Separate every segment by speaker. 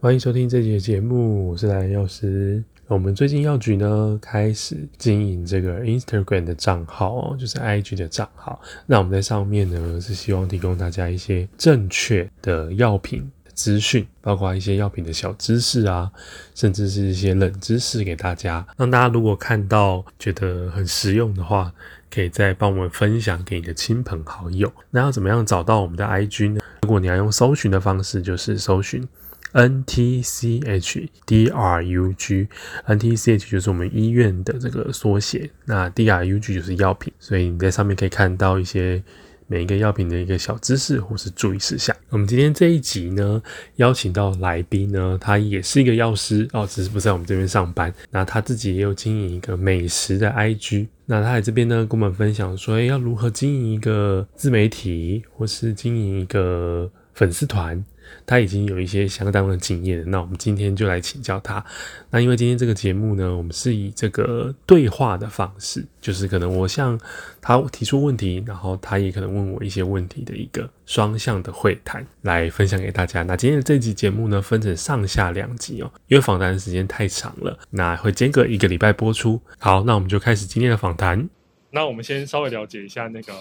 Speaker 1: 欢迎收听这集的节目，我是蓝药师。我们最近药局呢开始经营这个 Instagram 的账号哦，就是 IG 的账号。那我们在上面呢是希望提供大家一些正确的药品资讯，包括一些药品的小知识啊，甚至是一些冷知识给大家。让大家如果看到觉得很实用的话，可以再帮我们分享给你的亲朋好友。那要怎么样找到我们的 IG 呢？如果你要用搜寻的方式，就是搜寻 N T C H D R U G。N T C H 就是我们医院的这个缩写，那 D R U G 就是药品，所以你在上面可以看到一些每一个药品的一个小知识或是注意事项。我们今天这一集呢，邀请到来宾呢，他也是一个药师哦，只是不在我们这边上班。那他自己也有经营一个美食的 IG。那他在这边呢，跟我们分享说，诶要如何经营一个自媒体，或是经营一个粉丝团。他已经有一些相当的经验了，那我们今天就来请教他。那因为今天这个节目呢，我们是以这个对话的方式，就是可能我向他提出问题，然后他也可能问我一些问题的一个双向的会谈，来分享给大家。那今天的这集节目呢，分成上下两集哦，因为访谈时间太长了，那会间隔一个礼拜播出。好，那我们就开始今天的访谈。那我们先稍微了解一下那个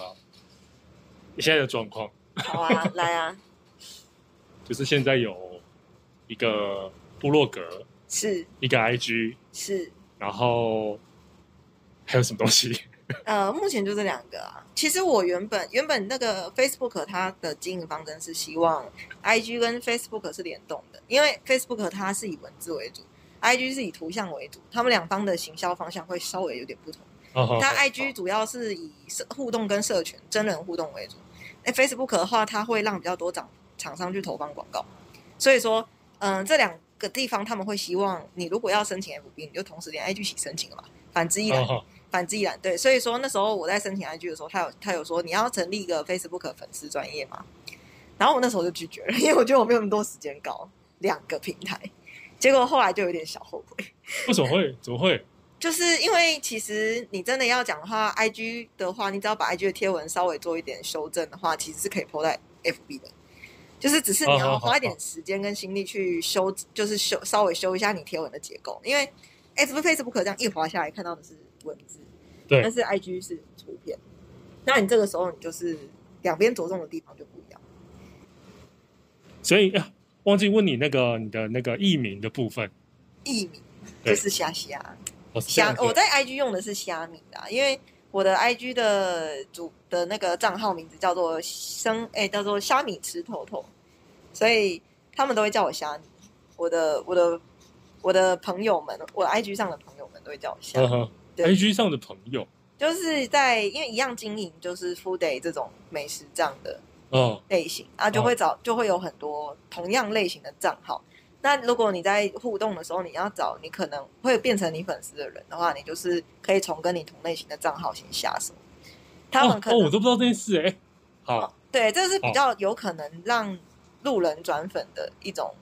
Speaker 1: 你现在的状况，
Speaker 2: 好 啊，来啊，
Speaker 1: 就是现在有一个部落格，
Speaker 2: 是
Speaker 1: 一个 IG，
Speaker 2: 是，
Speaker 1: 然后还有什么东西？
Speaker 2: 呃，目前就这两个啊。其实我原本原本那个 Facebook 它的经营方针是希望 IG 跟 Facebook 是联动的，因为 Facebook 它是以文字为主，IG 是以图像为主，他们两方的行销方向会稍微有点不同。
Speaker 1: 哦
Speaker 2: 但 IG 主要是以社互动跟社群真人互动为主，那 Facebook 的话，它会让比较多厂厂商去投放广告，所以说，嗯、这两个地方他们会希望你如果要申请 FB，你就同时连 IG 一起申请了嘛，反之亦然。
Speaker 1: 哦
Speaker 2: 反之亦然。对，所以说那时候我在申请 IG 的时候，他有他有说你要成立一个 Facebook 粉丝专业嘛，然后我那时候就拒绝了，因为我觉得我没有那么多时间搞两个平台，结果后来就有点小后悔，
Speaker 1: 为什么会？怎么会？
Speaker 2: 就是因为其实你真的要讲的话，IG 的话，你只要把 IG 的贴文稍微做一点修正的话，其实是可以 PO 在 FB 的。就是只是你
Speaker 1: 哦好
Speaker 2: 要
Speaker 1: 好
Speaker 2: 花一点时间跟心力去修，就是修稍微修一下你贴文的结构，因为 F Facebook 这样一滑下来看到的是文字，
Speaker 1: 对
Speaker 2: 但是 IG 是图片，那你这个时候你就是两边着重的地方就不一样。
Speaker 1: 所以啊，忘记问你那个你的那个艺名的部分。
Speaker 2: 艺名
Speaker 1: 对
Speaker 2: 就是虾虾
Speaker 1: 我是这
Speaker 2: 虾
Speaker 1: 样，
Speaker 2: 我
Speaker 1: 的，
Speaker 2: 在 IG 用的是虾米啦，因为我的 IG 的主的那个账号名字叫做生哎、叫做虾米吃透透，所以他们都会叫我虾米。我的我的我的朋友们，我 IG 上的朋友们都会叫我虾米
Speaker 1: 嗯哼
Speaker 2: 对
Speaker 1: ，IG 上的朋友，
Speaker 2: 就是在因为一样经营就是 Food Day 这种美食这样的
Speaker 1: 哦，
Speaker 2: 类型啊，就会找就会有很多同样类型的账号。那如果你在互动的时候，你要找你可能会变成你粉丝的人的话，你就是可以从跟你同类型的账号先下手。他们
Speaker 1: 哦，
Speaker 2: 可
Speaker 1: 哦，我
Speaker 2: 能、
Speaker 1: 都不知道这哦件事哎。好，
Speaker 2: 对，这是比较有可能让路人转粉的一种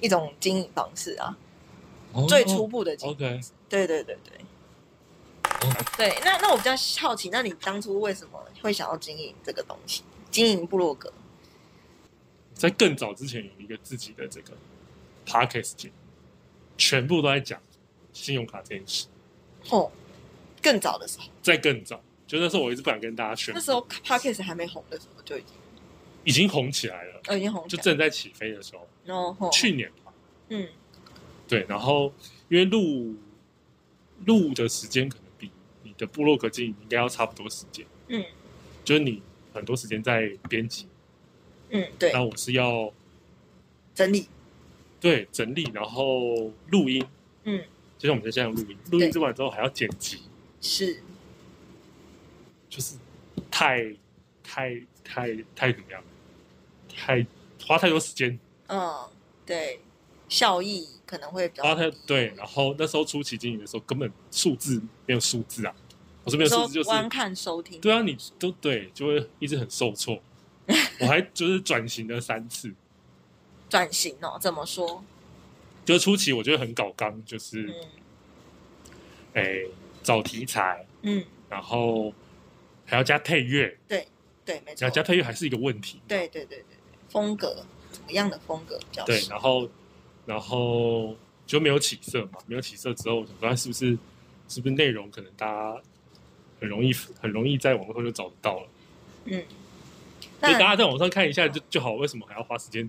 Speaker 2: 一种经营方式啊，
Speaker 1: 哦
Speaker 2: 最初步的经营。
Speaker 1: OK，
Speaker 2: 对对对对。
Speaker 1: 哦
Speaker 2: 对，那那我比较好奇，那你当初为什么会想要经营这个东西，经营部落格？
Speaker 3: 在更早之前有一个自己的这个 podcast 节目，全部都在讲信用卡这件事。
Speaker 2: 哦，更早的时候。
Speaker 3: 再更早，就那时候我一直不想跟大家宣
Speaker 2: 那
Speaker 3: 布，
Speaker 2: 时候 podcast 还没红的时候哦就已经
Speaker 3: 已经红起来了，
Speaker 2: 呃已经红
Speaker 3: 就
Speaker 2: 起来了，
Speaker 3: 正在起飞的时候，
Speaker 2: 然后
Speaker 3: 去年吧，
Speaker 2: 嗯
Speaker 3: 对。然后因为录录的时间可能比你的部落格经营应该要差不多时间，
Speaker 2: 嗯
Speaker 3: 就是你很多时间在编辑，
Speaker 2: 嗯对
Speaker 3: 那我是要
Speaker 2: 整理
Speaker 3: 对整理，然后录音，
Speaker 2: 嗯
Speaker 3: 就像我们现在录音，录
Speaker 2: 对
Speaker 3: 音之完之后还要剪辑。
Speaker 2: 是
Speaker 3: 就是太太太太怎么样？太花太多时间，
Speaker 2: 嗯对效益可能会比较
Speaker 3: 花太
Speaker 2: 低
Speaker 3: 对。然后那时候初期经营的时候，根本数字没有数字啊，我这边
Speaker 2: 你
Speaker 3: 的数
Speaker 2: 说
Speaker 3: 字就是
Speaker 2: 观看收听
Speaker 3: 对啊，你都对，就会一直很受挫。我还就是转型了三次，
Speaker 2: 转型哦，怎么说？
Speaker 3: 就是初期我觉得很搞纲，就是
Speaker 2: 嗯
Speaker 3: 哎、找题材，
Speaker 2: 嗯
Speaker 3: 然后还要加配乐，
Speaker 2: 对没错
Speaker 3: 然后加配乐还是一个问题。
Speaker 2: 对对对对对风格怎么样的风格比较
Speaker 3: 对，
Speaker 2: 适合
Speaker 3: 然后然后就没有起色嘛，没有起色之后，我想说哎是不是是不是内容可能大家很容易很容易在网络上就找得到了，
Speaker 2: 嗯
Speaker 3: 所以大
Speaker 2: 那
Speaker 3: 家在网上看一下就就好，为什么还要花时间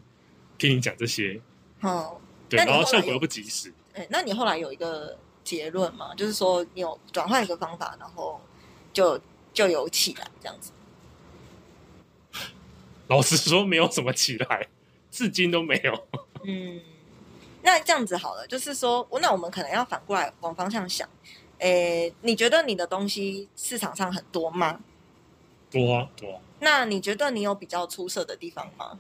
Speaker 3: 听你讲这些？
Speaker 2: 哦，
Speaker 3: 对，
Speaker 2: 那你
Speaker 3: 然后
Speaker 2: 后来
Speaker 3: 效果
Speaker 2: 有
Speaker 3: 又不及时，
Speaker 2: 哎、那你后来有一个结论吗？就是说你有转换一个方法，然后就就有起来这样子。
Speaker 3: 老实说没有怎么起来，至今都没有。
Speaker 2: 嗯，那这样子好了，就是说，那我们可能要反过来往方向想。诶，你觉得你的东西市场上很多吗？
Speaker 3: 多啊多啊，
Speaker 2: 那你觉得你有比较出色的地方吗？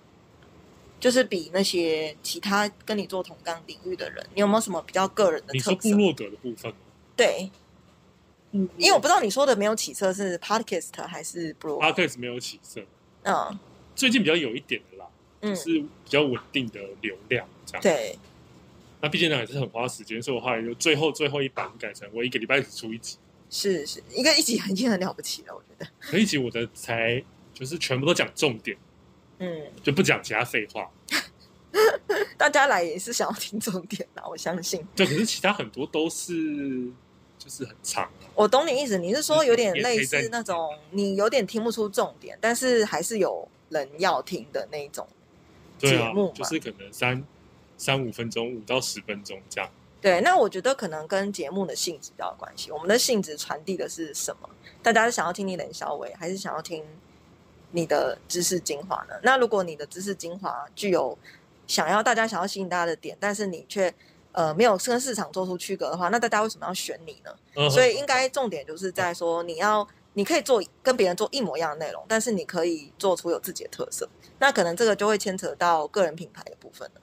Speaker 2: 就是比那些其他跟你做同岗领域的人，你有没有什么比较个人的
Speaker 3: 你
Speaker 2: 特
Speaker 3: 说部
Speaker 2: 色？
Speaker 3: 落格的部分吗，
Speaker 2: 对，
Speaker 3: 嗯，
Speaker 2: 因为我不知道你说的没有起色是 podcast 还是 blog。
Speaker 3: podcast 没有起色，
Speaker 2: 嗯
Speaker 3: 最近比较有一点的啦，
Speaker 2: 嗯，
Speaker 3: 啊是比较稳定的流量这样。
Speaker 2: 对，
Speaker 3: 那毕竟呢也是很花时间，所以我后来就最后最后一版改成我一个礼拜只出一集，
Speaker 2: 是是，一个一集已经很了不起了，我觉得。
Speaker 3: 可一集我的才就是全部都讲重点，
Speaker 2: 嗯，
Speaker 3: 就不讲其他废话。
Speaker 2: 大家来也是想要听重点啦，我相信。
Speaker 3: 对，可是其他很多都是就是很长，
Speaker 2: 我懂你意思，你是说有点类
Speaker 3: 也可
Speaker 2: 似
Speaker 3: 以再
Speaker 2: 那种你有点听不出重点，但是还是有人要听的那一种。
Speaker 3: 对啊
Speaker 2: 节目嘛，
Speaker 3: 就是可能三三五分钟，五到十分钟这样。
Speaker 2: 对，那我觉得可能跟节目的性质比较有关系。我们的性质传递的是什么？大家是想要听你冷小伟，还是想要听你的知识精华呢？那如果你的知识精华具有想要大家想要吸引大家的点，但是你却呃没有跟市场做出区隔的话，那大家为什么要选你呢？
Speaker 3: 嗯
Speaker 2: 所以应该重点就是在说，你要你可以做跟别人做一模一样的内容，但是你可以做出有自己的特色。那可能这个就会牵扯到个人品牌的部分了，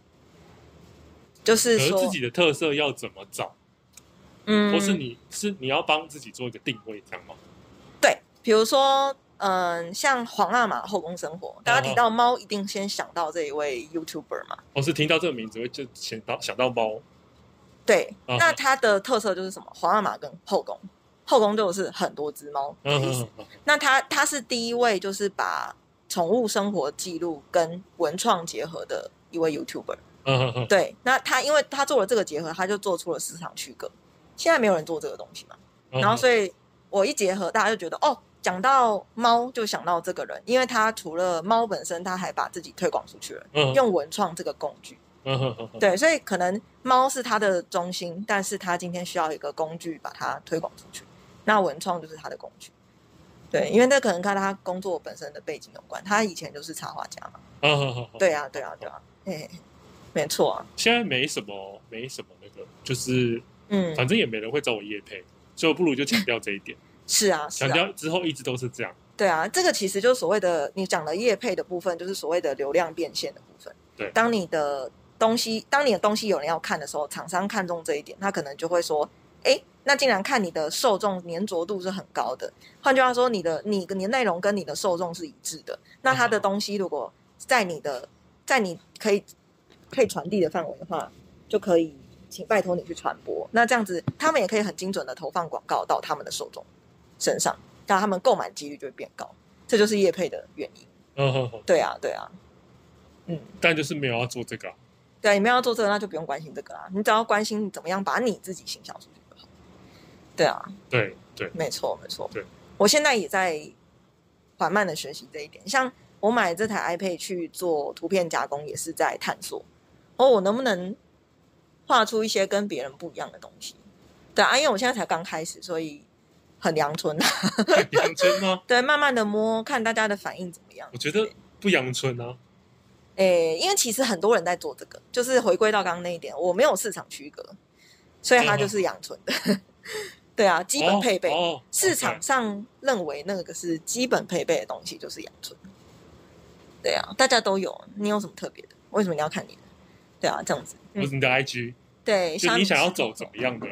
Speaker 2: 就是
Speaker 3: 可是
Speaker 2: 说，
Speaker 3: 自己的特色要怎么找，
Speaker 2: 嗯，
Speaker 3: 或是你是你要帮自己做一个定位，这样吗？
Speaker 2: 对，比如说，嗯，像皇阿玛后宫生活，大家
Speaker 3: 哦
Speaker 2: 提到猫，一定先想到这一位 YouTuber 嘛。
Speaker 3: 或是听到这个名字会就想到想到猫，
Speaker 2: 对，
Speaker 3: 哦
Speaker 2: 那它的特色就是什么？皇阿玛跟后宫，后宫就是很多只猫的意思。
Speaker 3: 嗯，
Speaker 2: 那他他是第一位就是把宠物生活记录跟文创结合的一位 YouTuber。
Speaker 3: 嗯嗯，
Speaker 2: 对，那他因为他做了这个结合，他就做出了市场区隔。现在没有人做这个东西嘛，
Speaker 3: 嗯
Speaker 2: 然后所以我一结合，大家就觉得哦，讲到猫就想到这个人，因为他除了猫本身，他还把自己推广出去了，
Speaker 3: 以
Speaker 2: 用文创这个工具。
Speaker 3: 对，
Speaker 2: 对，所以可能猫是它的中心，但是它今天需要一个工具把它推广出去。那文创就是它的工具，对，因为那可能跟他工作本身的背景有关，他以前就是插画家嘛。
Speaker 3: 嗯，
Speaker 2: 对啊，对啊，对啊，嘿嘿，没错啊，
Speaker 3: 现在没什么，没什么那个，就是
Speaker 2: 嗯，
Speaker 3: 反正也没人会找我叶配，所以我不如就强调这一点，
Speaker 2: 是啊，嗯 是
Speaker 3: 强
Speaker 2: 啊，
Speaker 3: 调之后一直都是这样。
Speaker 2: 对啊，这个其实就是所谓的你讲的业配的部分，就是所谓的流量变现的部分。
Speaker 3: 对
Speaker 2: 当你的东西，当你的东西有人要看的时候，厂商看中这一点，他可能就会说，诶，那竟然看你的受众粘着度是很高的，换句话说，你的你你的内容跟你的受众是一致的，那他的东西如果在你的在你可以可以传递的范围的话，就可以请拜托你去传播。那这样子，他们也可以很精准的投放广告到他们的受众身上，让他们购买几率就会变高。这就是业配的原因。
Speaker 3: 嗯，
Speaker 2: 对啊，对啊，嗯，
Speaker 3: 但就是没有要做这个啊、
Speaker 2: 对啊，你们要做这个，那就不用关心这个啦。你只要关心怎么样把你自己形象出去就好。对啊，
Speaker 3: 对 对，
Speaker 2: 没错，没错。
Speaker 3: 对，
Speaker 2: 我现在也在缓慢的学习这一点。像我买这台 iPad 去做图片加工，也是在探索哦，我能不能画出一些跟别人不一样的东西？对啊，因为我现在才刚开始，所以很阳春啊。
Speaker 3: 阳春吗？
Speaker 2: 对，慢慢的摸，看大家的反应怎么样
Speaker 3: 我。觉得不阳春啊。
Speaker 2: 诶，因为其实很多人在做这个，就是回归到刚刚那一点，我没有市场区隔，所以它就是阳春的。 对啊，基本配
Speaker 3: 嗯
Speaker 2: 备。
Speaker 3: 哦，哦
Speaker 2: 市场上认为那个是基本配备的东西就是阳春。对啊，大家都有，你有什么特别的？为什么你要看你的？对啊，这样子，
Speaker 3: ，OK 或
Speaker 2: 嗯，
Speaker 3: 是你的 IG，
Speaker 2: 对，
Speaker 3: 就
Speaker 2: 像
Speaker 3: 你想要走怎么样的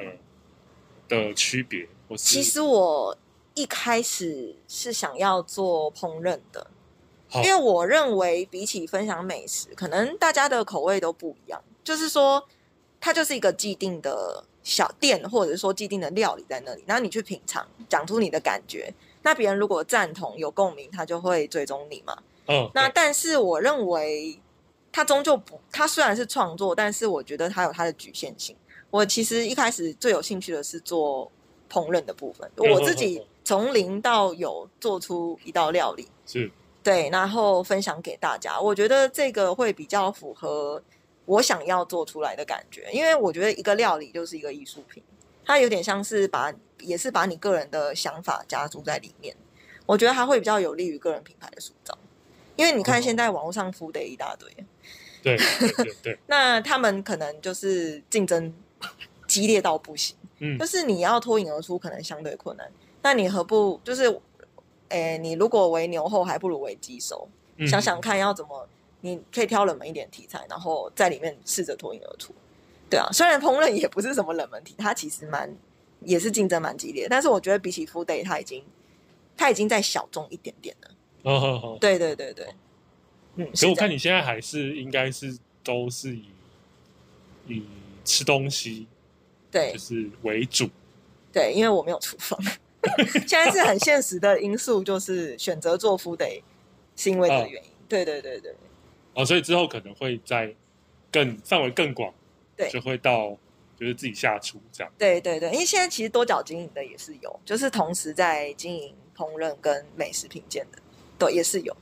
Speaker 3: 的区别？我是
Speaker 2: 其实我一开始是想要做烹饪的，
Speaker 3: 好
Speaker 2: 因为我认为比起分享美食，可能大家的口味都不一样。就是说，它就是一个既定的小店，或者说既定的料理在那里，然后你去品尝，讲出你的感觉。那别人如果赞同有共鸣，他就会追踪你嘛。
Speaker 3: 嗯，
Speaker 2: 那
Speaker 3: 对
Speaker 2: 但是我认为它终究不，它虽然是创作，但是我觉得它有它的局限性。我其实一开始最有兴趣的是做烹饪的部分，我自己从零到有做出一道料理，
Speaker 3: 是
Speaker 2: 对，然后分享给大家。我觉得这个会比较符合我想要做出来的感觉，因为我觉得一个料理就是一个艺术品，它有点像是把也是把你个人的想法加注在里面。我觉得它会比较有利于个人品牌的塑造，因为你看现在网络上 food 一大堆，
Speaker 3: 对对对 对，
Speaker 2: 那他们可能就是竞争 激烈到不行，
Speaker 3: 嗯
Speaker 2: 就，是你要脱颖而出，可能相对困难。那你何不就是，诶、你如果为牛后，还不如为鸡首。
Speaker 3: 嗯
Speaker 2: 想想看要怎么，你可以挑冷门一点题材，然后在里面试着脱颖而出。对啊，虽然烹饪也不是什么冷门题，它其实蛮也是竞争蛮激烈，但是我觉得比起 Food Day，它已经它已经在小众一点点了。
Speaker 3: 好好好，
Speaker 2: 对对对对，嗯，
Speaker 3: 哦所以我
Speaker 2: 是这样
Speaker 3: 看你现在还是应该是都是以以吃东西就
Speaker 2: 对
Speaker 3: 是为主，
Speaker 2: 对，因为我没有厨房， 现在是很现实的因素，就是选择做 Food Day 是因为这个原因。对对对对
Speaker 3: 哦，所以之后可能会在更范围更广，
Speaker 2: 对
Speaker 3: 就会到就是自己下厨这样，
Speaker 2: 对对对，因为现在其实多角经营的也是有，就是同时在经营烹饪跟美食品鉴的，对，也是有。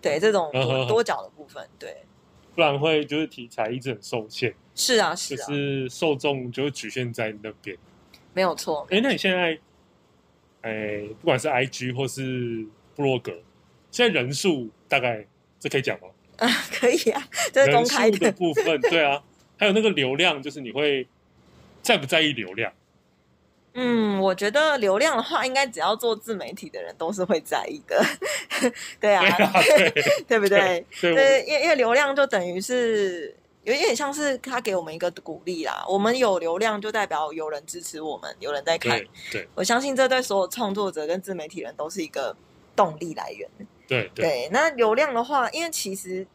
Speaker 2: 对这种
Speaker 3: 嗯
Speaker 2: 多
Speaker 3: 哼
Speaker 2: 多角的部分，对，
Speaker 3: 不然会就是题材一直很受限，
Speaker 2: 是啊
Speaker 3: 就是
Speaker 2: 啊，
Speaker 3: 是受众就会局限在那边。
Speaker 2: 没有错。
Speaker 3: 哎，那你现在，哎，不管是 IG 或是部落格，现在人数大概这可以讲吗？
Speaker 2: 啊，可以啊，这是公开
Speaker 3: 人数的
Speaker 2: 的。
Speaker 3: 部分，对啊，还有那个流量，就是你会在不在意流量？
Speaker 2: 嗯，我觉得流量的话，应该只要做自媒体的人都是会在意的， 对啊，
Speaker 3: 对啊，对
Speaker 2: 对不对？
Speaker 3: 对，我
Speaker 2: 对，因为因为流量就等于是有一点像是他给我们一个鼓励啦。我们有流量，就代表有人支持我们，有人在看
Speaker 3: 对。对
Speaker 2: 我相信这对所有创作者跟自媒体人都是一个动力来源。
Speaker 3: 对对，
Speaker 2: 对，那流量的话，因为其实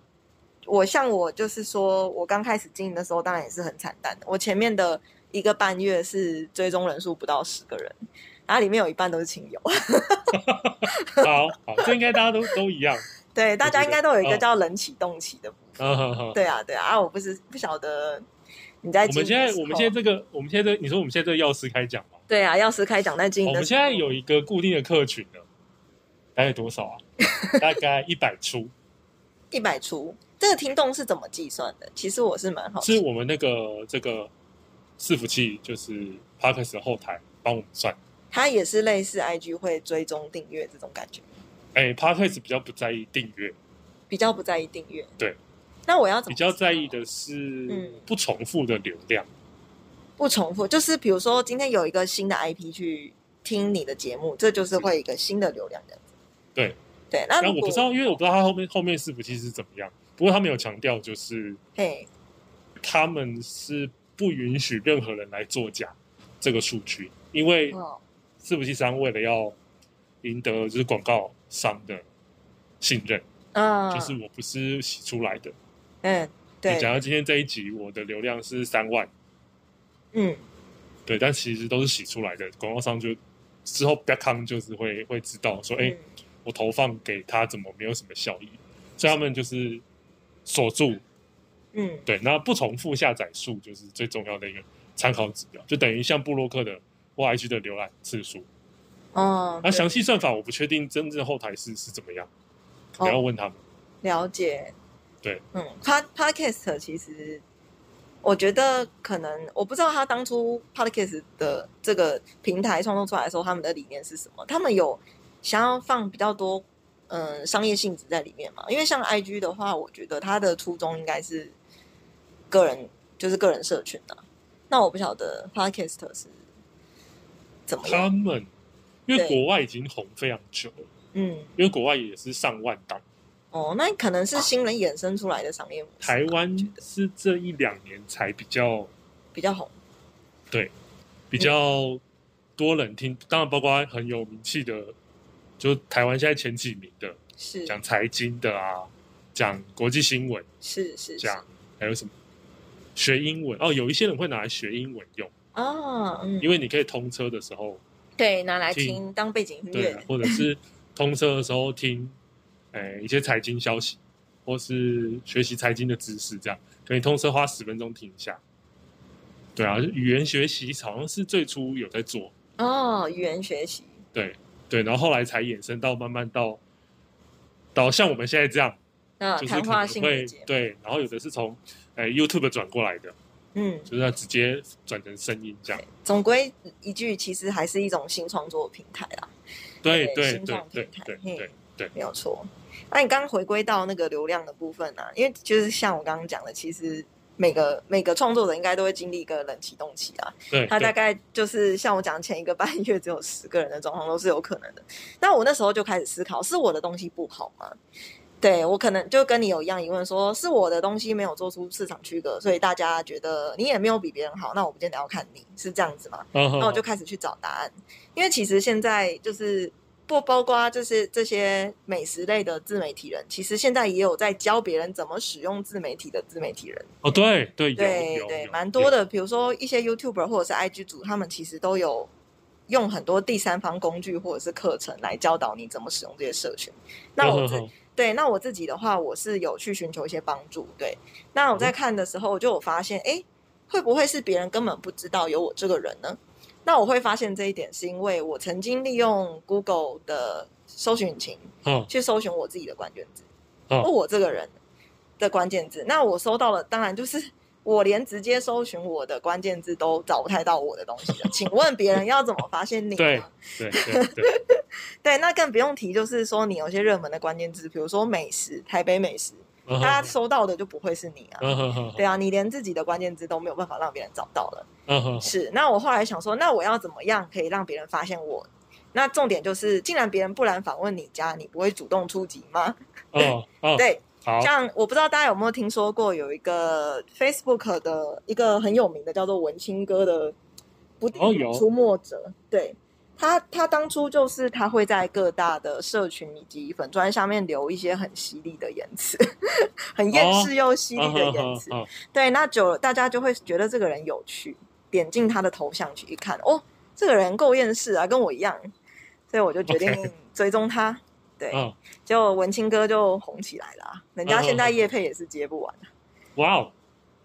Speaker 2: 我像我就是说，我刚开始经营的时候，当然也是很惨淡的。我前面的一个半月是追踪人数不到十个人，然后里面有一半都是亲友。
Speaker 3: 好好，这应该大家都都一样。
Speaker 2: 对，大家应该都有一
Speaker 3: 哦
Speaker 2: 个叫冷启动期的部分。
Speaker 3: 啊好好，
Speaker 2: 对啊，对啊，啊我不是不晓得你在
Speaker 3: 我
Speaker 2: 经
Speaker 3: 们
Speaker 2: 营
Speaker 3: 现在
Speaker 2: 的时候
Speaker 3: 我们现在这个我们现在这你说我们现在这个药师开讲嘛？
Speaker 2: 对啊，要是开讲在经营
Speaker 3: 我
Speaker 2: 的
Speaker 3: 们
Speaker 2: 时
Speaker 3: 现
Speaker 2: 候，
Speaker 3: 在有一个固定的客群了，大概多少 啊？大概一百出，
Speaker 2: 一百出，这个听众是怎么计算的？其实我是蛮好奇
Speaker 3: 是我们那个这个伺服器，就是 Parkes 后台帮我们算。
Speaker 2: 它也是类似 IG 会追踪订阅这种感觉，
Speaker 3: 哎，Parkes 比较不在意订阅，
Speaker 2: 比较不在意订阅。
Speaker 3: 对，
Speaker 2: 那我要
Speaker 3: 比
Speaker 2: 怎么
Speaker 3: 较
Speaker 2: 知道
Speaker 3: 在意的是
Speaker 2: 嗯啊
Speaker 3: 不重复的流量。
Speaker 2: 不重复，就是比如说今天有一个新的 IP 去听你的节目，这就是会有一个新的流量这样子。
Speaker 3: 对
Speaker 2: 对，那
Speaker 3: 但
Speaker 2: 如
Speaker 3: 我
Speaker 2: 果
Speaker 3: 不知道，因为我不知道他后面后面伺服器是怎么样。不过他们有强调，就是
Speaker 2: 嘿，
Speaker 3: 他们是不允许任何人来作假这个数据，因为
Speaker 2: 哦，
Speaker 3: 伺服器商为了要赢得就是广告商的信任，
Speaker 2: 嗯，
Speaker 3: 就是我不是洗出来的。
Speaker 2: 嗯，
Speaker 3: 你假
Speaker 2: 对，
Speaker 3: 如今天这一集我的流量是三万，
Speaker 2: 嗯，
Speaker 3: 对，但其实都是洗出来的，广告商就之后 b a c k 就是会会知道说，哎、
Speaker 2: 嗯
Speaker 3: 我投放给他怎么没有什么效益，所以他们就是锁住。
Speaker 2: 嗯，
Speaker 3: 对，那不重复下载数就是最重要的一个参考指标，就等于像布洛克的或 IG 的浏览次数。
Speaker 2: 哦，
Speaker 3: 那
Speaker 2: 对
Speaker 3: 详细算法我不确定真正后台是是怎么样，
Speaker 2: 哦
Speaker 3: 你要问他们。
Speaker 2: 了解，
Speaker 3: 对，
Speaker 2: 嗯，pod podcast 其实我觉得可能我不知道他当初 podcast 的这个平台创作出来的时候，他们的理念是什么？他们有想要放比较多嗯、呃商业性质在里面嘛？因为像 IG 的话，我觉得他的初衷应该是个人，就是个人社群啊。那我不晓得 podcast 是怎么
Speaker 3: 他
Speaker 2: 样，
Speaker 3: 们因为
Speaker 2: 对
Speaker 3: 国外已经红非常久了，
Speaker 2: 嗯，
Speaker 3: 因为国外也是上万档，
Speaker 2: 哦，那可能是新人衍生出来的商业模式啊吧，
Speaker 3: 台湾
Speaker 2: 我觉得
Speaker 3: 是这一两年才比较
Speaker 2: 比较红，
Speaker 3: 比较多人听，当然包括很有名气的，就台湾现在前几名的，
Speaker 2: 是
Speaker 3: 讲财经的啊，讲国际新闻，
Speaker 2: 是是是
Speaker 3: 讲还有什么学英文哦，有一些人会拿来学英文用，
Speaker 2: 啊，嗯，
Speaker 3: 因为你可以通车的时候，
Speaker 2: 对，拿来
Speaker 3: 听
Speaker 2: 听当背景音
Speaker 3: 对啊
Speaker 2: 乐，，
Speaker 3: 或者是通车的时候听，哎，一些财经消息，或是学习财经的知识，这样可以通车花十分钟听一下。对啊，语言学习好像是最初有在做，
Speaker 2: 哦，语言学习，
Speaker 3: 对对，然后后来才衍生到慢慢到到像我们现在这样，
Speaker 2: 嗯，
Speaker 3: 就是
Speaker 2: 谈
Speaker 3: 可
Speaker 2: 话
Speaker 3: 能
Speaker 2: 性的
Speaker 3: 会
Speaker 2: 节目，
Speaker 3: 对，然后有的是从呃 YouTube 转过来的，
Speaker 2: 嗯，
Speaker 3: 就是它直接转成声音这样。
Speaker 2: 总归一句，其实还是一种新创作平台啦，
Speaker 3: 对
Speaker 2: 对
Speaker 3: 对
Speaker 2: 新
Speaker 3: 对
Speaker 2: 创
Speaker 3: 对
Speaker 2: 平台
Speaker 3: 对
Speaker 2: 嘿
Speaker 3: 对，
Speaker 2: 没有错。那你刚刚回归到那个流量的部分啊，因为就是像我刚刚讲的，其实每个每个创作者应该都会经历一个冷启动期啊，
Speaker 3: 对，
Speaker 2: 他
Speaker 3: 对
Speaker 2: 大概就是像我讲前一个半月只有十个人的状况都是有可能的。那我那时候就开始思考，是我的东西不好吗？对我可能就跟你有一样疑问说，是我的东西没有做出市场区隔，所以大家觉得你也没有比别人好，那我不见得要看你是这样子吗？
Speaker 3: 嗯
Speaker 2: 那我哦就
Speaker 3: 哼
Speaker 2: 开始去找答案，因为其实现在就是不包括就是这些美食类的自媒体人，其实现在也有在教别人怎么使用自媒体的自媒体人。
Speaker 3: 哦，对对有
Speaker 2: 对
Speaker 3: 有
Speaker 2: 对，
Speaker 3: 有
Speaker 2: 蛮
Speaker 3: 有
Speaker 2: 多的。比如说一些 YouTuber 或者是 IG 主，他们其实都有用很多第三方工具或者是课程来教导你怎么使用这些社群。那我
Speaker 3: 嗯
Speaker 2: 自
Speaker 3: 哼哼
Speaker 2: 对，那我自己的话，我是有去寻求一些帮助。对，那我在
Speaker 3: 嗯
Speaker 2: 看的时候，我就有发现，诶，会不会是别人根本不知道有我这个人呢？那我会发现这一点，是因为我曾经利用 Google 的搜寻引擎
Speaker 3: 嗯
Speaker 2: 去搜寻我自己的关键字，
Speaker 3: 嗯
Speaker 2: 哦，我这个人的关键字。那我搜到了，当然就是 我连直接搜寻我的关键字都找不太到我的东西了。请问别人要怎么发现你呢？
Speaker 3: 对对对 对
Speaker 2: 对，那更不用提，就是说你有些热门的关键字，比如说美食，台北美食，
Speaker 3: 嗯哼
Speaker 2: 大家搜到的就不会是你啊。
Speaker 3: 嗯哼哼
Speaker 2: 对啊，你连自己的关键字都没有办法让别人找到了。
Speaker 3: 嗯哼哼
Speaker 2: 是，那我后来想说，那我要怎么样可以让别人发现我？那重点就是，既然别人不然访问你家，你不会主动出击吗？
Speaker 3: 哦哦
Speaker 2: 对，
Speaker 3: 好
Speaker 2: 像我不知道大家有没有听说过，有一个 Facebook 的一个很有名的叫做文青哥的不定
Speaker 3: 哦有
Speaker 2: 出没者，对他，他当初就是他会在各大的社群以及粉砖下面留一些很犀利的言辞， 很厌世又犀利的
Speaker 3: 嗯
Speaker 2: 言
Speaker 3: 哼
Speaker 2: 辞。
Speaker 3: 哼
Speaker 2: 对，那久了大家就会觉得这个人有趣，点进他的头像去一看，哦，这个人够厌世啊，跟我一样，所以我就决定
Speaker 3: OK
Speaker 2: 追踪他。对，
Speaker 3: 嗯
Speaker 2: 结果文青哥就红起来了啊、人家现在
Speaker 3: 嗯嗯嗯
Speaker 2: 叶配也是接不完。啊
Speaker 3: 哇哦！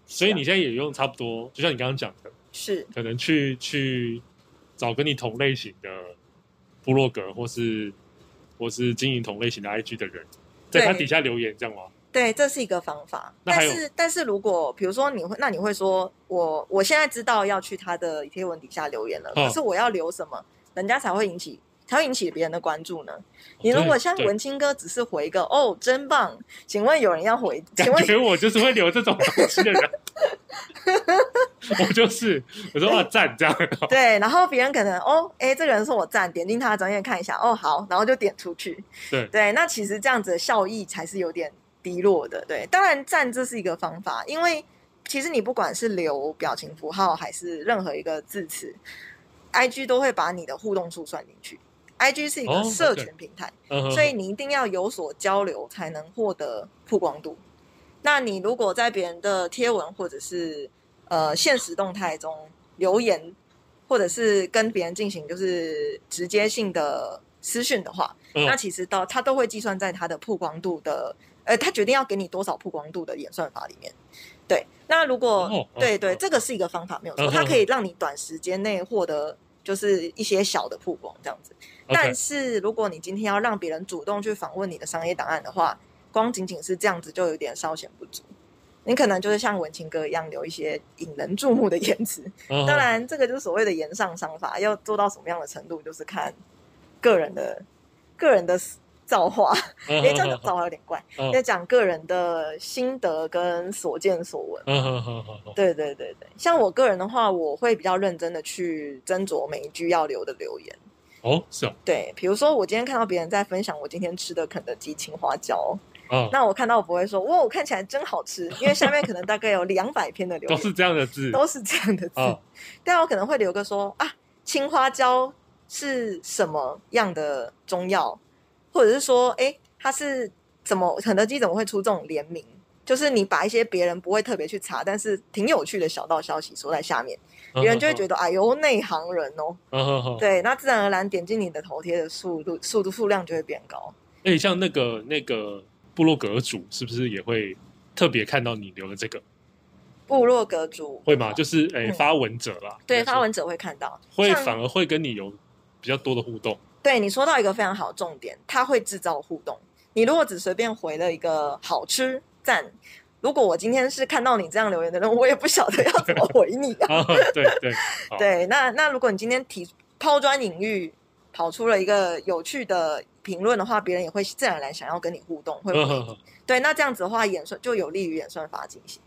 Speaker 3: 所以
Speaker 2: 是啊
Speaker 3: 你现在也用差不多，就像你刚刚讲的，
Speaker 2: 是，
Speaker 3: 可能去去找跟你同类型的部落格，或是或是经营同类型的 IG 的人，在他
Speaker 2: 对
Speaker 3: 底下留言，这样吗？
Speaker 2: 对，这是一个方法。
Speaker 3: 那
Speaker 2: 但
Speaker 3: 还有
Speaker 2: 是，但是如果比如说你会，那你会说我我现在知道要去他的贴文底下留言了，
Speaker 3: 嗯
Speaker 2: 可是我要留什么，人家才会引起才会引起别人的关注呢？你如果像
Speaker 3: 对
Speaker 2: 文青哥只是回一个哦，真棒，请问有人要 回？
Speaker 3: 对
Speaker 2: 请问
Speaker 3: 感觉我就是会留这种东西的人， 我就是我说哇啊赞这样，
Speaker 2: 对，然后别人可能哦，哎，这个人是我赞，点进他的专业看一下，哦，好，然后就点出去。
Speaker 3: 对
Speaker 2: 对，那其实这样子的效益才是有点低落的。对，当然赞这是一个方法，因为其实你不管是留表情符号还是任何一个字词，IG 都会把你的互动数算进去。IG 是一个
Speaker 3: 哦
Speaker 2: 社
Speaker 3: 对
Speaker 2: 群平台，
Speaker 3: 嗯哼
Speaker 2: 所以你一定要有所交流，才能获得曝光度。那你如果在别人的贴文或者是呃现实动态中留言，或者是跟别人进行就是直接性的私讯的话，
Speaker 3: 嗯
Speaker 2: 那其实到他都会计算在他的曝光度的，呃，他决定要给你多少曝光度的演算法里面。对，那如果、
Speaker 3: 哦哦
Speaker 2: 对对，
Speaker 3: 哦
Speaker 2: 这个是一个方法，没有错，
Speaker 3: 嗯
Speaker 2: 它
Speaker 3: 嗯
Speaker 2: 可以让你短时间内获得就是一些小的曝光这样子。但
Speaker 3: OK
Speaker 2: 是如果你今天要让别人主动去访问你的商业档案的话，光仅仅是这样子就有点稍显不足。你可能就是像文青哥一样留一些引人注目的言辞，
Speaker 3: 嗯哼
Speaker 2: 当然这个就是所谓的言上商法，要做到什么样的程度，就是看个人的个人的造化，因
Speaker 3: 嗯
Speaker 2: 为
Speaker 3: 哼
Speaker 2: 这样造化有点怪，
Speaker 3: 嗯
Speaker 2: 要讲个人的心得跟所见所闻。
Speaker 3: 嗯哼哼哼哼
Speaker 2: 对对对对，像我个人的话，我会比较认真的去斟酌每一句要留的留言。
Speaker 3: 哦是哦
Speaker 2: 对，比如说我今天看到别人在分享我今天吃的肯德基青花椒，
Speaker 3: 啊
Speaker 2: 那我看到我不会说哇，我看起来真好吃，因为下面可能大概有两百篇的留
Speaker 3: 都
Speaker 2: 言
Speaker 3: 是这样的字
Speaker 2: 都是这样的字，
Speaker 3: 啊
Speaker 2: 但我可能会留个说啊，青花椒是什么样的中药，或者是说哎，它是怎么肯德基怎么会出这种联名？就是你把一些别人不会特别去查，但是挺有趣的小道消息说在下面，别
Speaker 3: 啊
Speaker 2: 人就会觉得哎呦内行人哦，
Speaker 3: 嗯哼哼
Speaker 2: 对，那自然而然点进你的头贴的速度、速度、数量就会变高。
Speaker 3: 哎，像那个那个部落格主是不是也会特别看到你留的这个？
Speaker 2: 部落格主
Speaker 3: 会吗？就是诶、
Speaker 2: 嗯
Speaker 3: 发文者啦，
Speaker 2: 对
Speaker 3: 应该
Speaker 2: 发
Speaker 3: 说
Speaker 2: 文者会看到，
Speaker 3: 会
Speaker 2: 像
Speaker 3: 反而会跟你有比较多的互 动。
Speaker 2: 对你说到一个非常好的重点，它会制造互动。你如果只随便回了一个好吃赞，如果我今天是看到你这样留言的人，我也不晓得要怎么回你 啊。
Speaker 3: 啊，对对，好，
Speaker 2: 对，那那如果你今天提抛砖引玉，跑出了一个有趣的评论的话，别人也会自然而然想要跟你互动，会回
Speaker 3: 嗯
Speaker 2: 对，那这样子的话，演算就有利于演算法进行。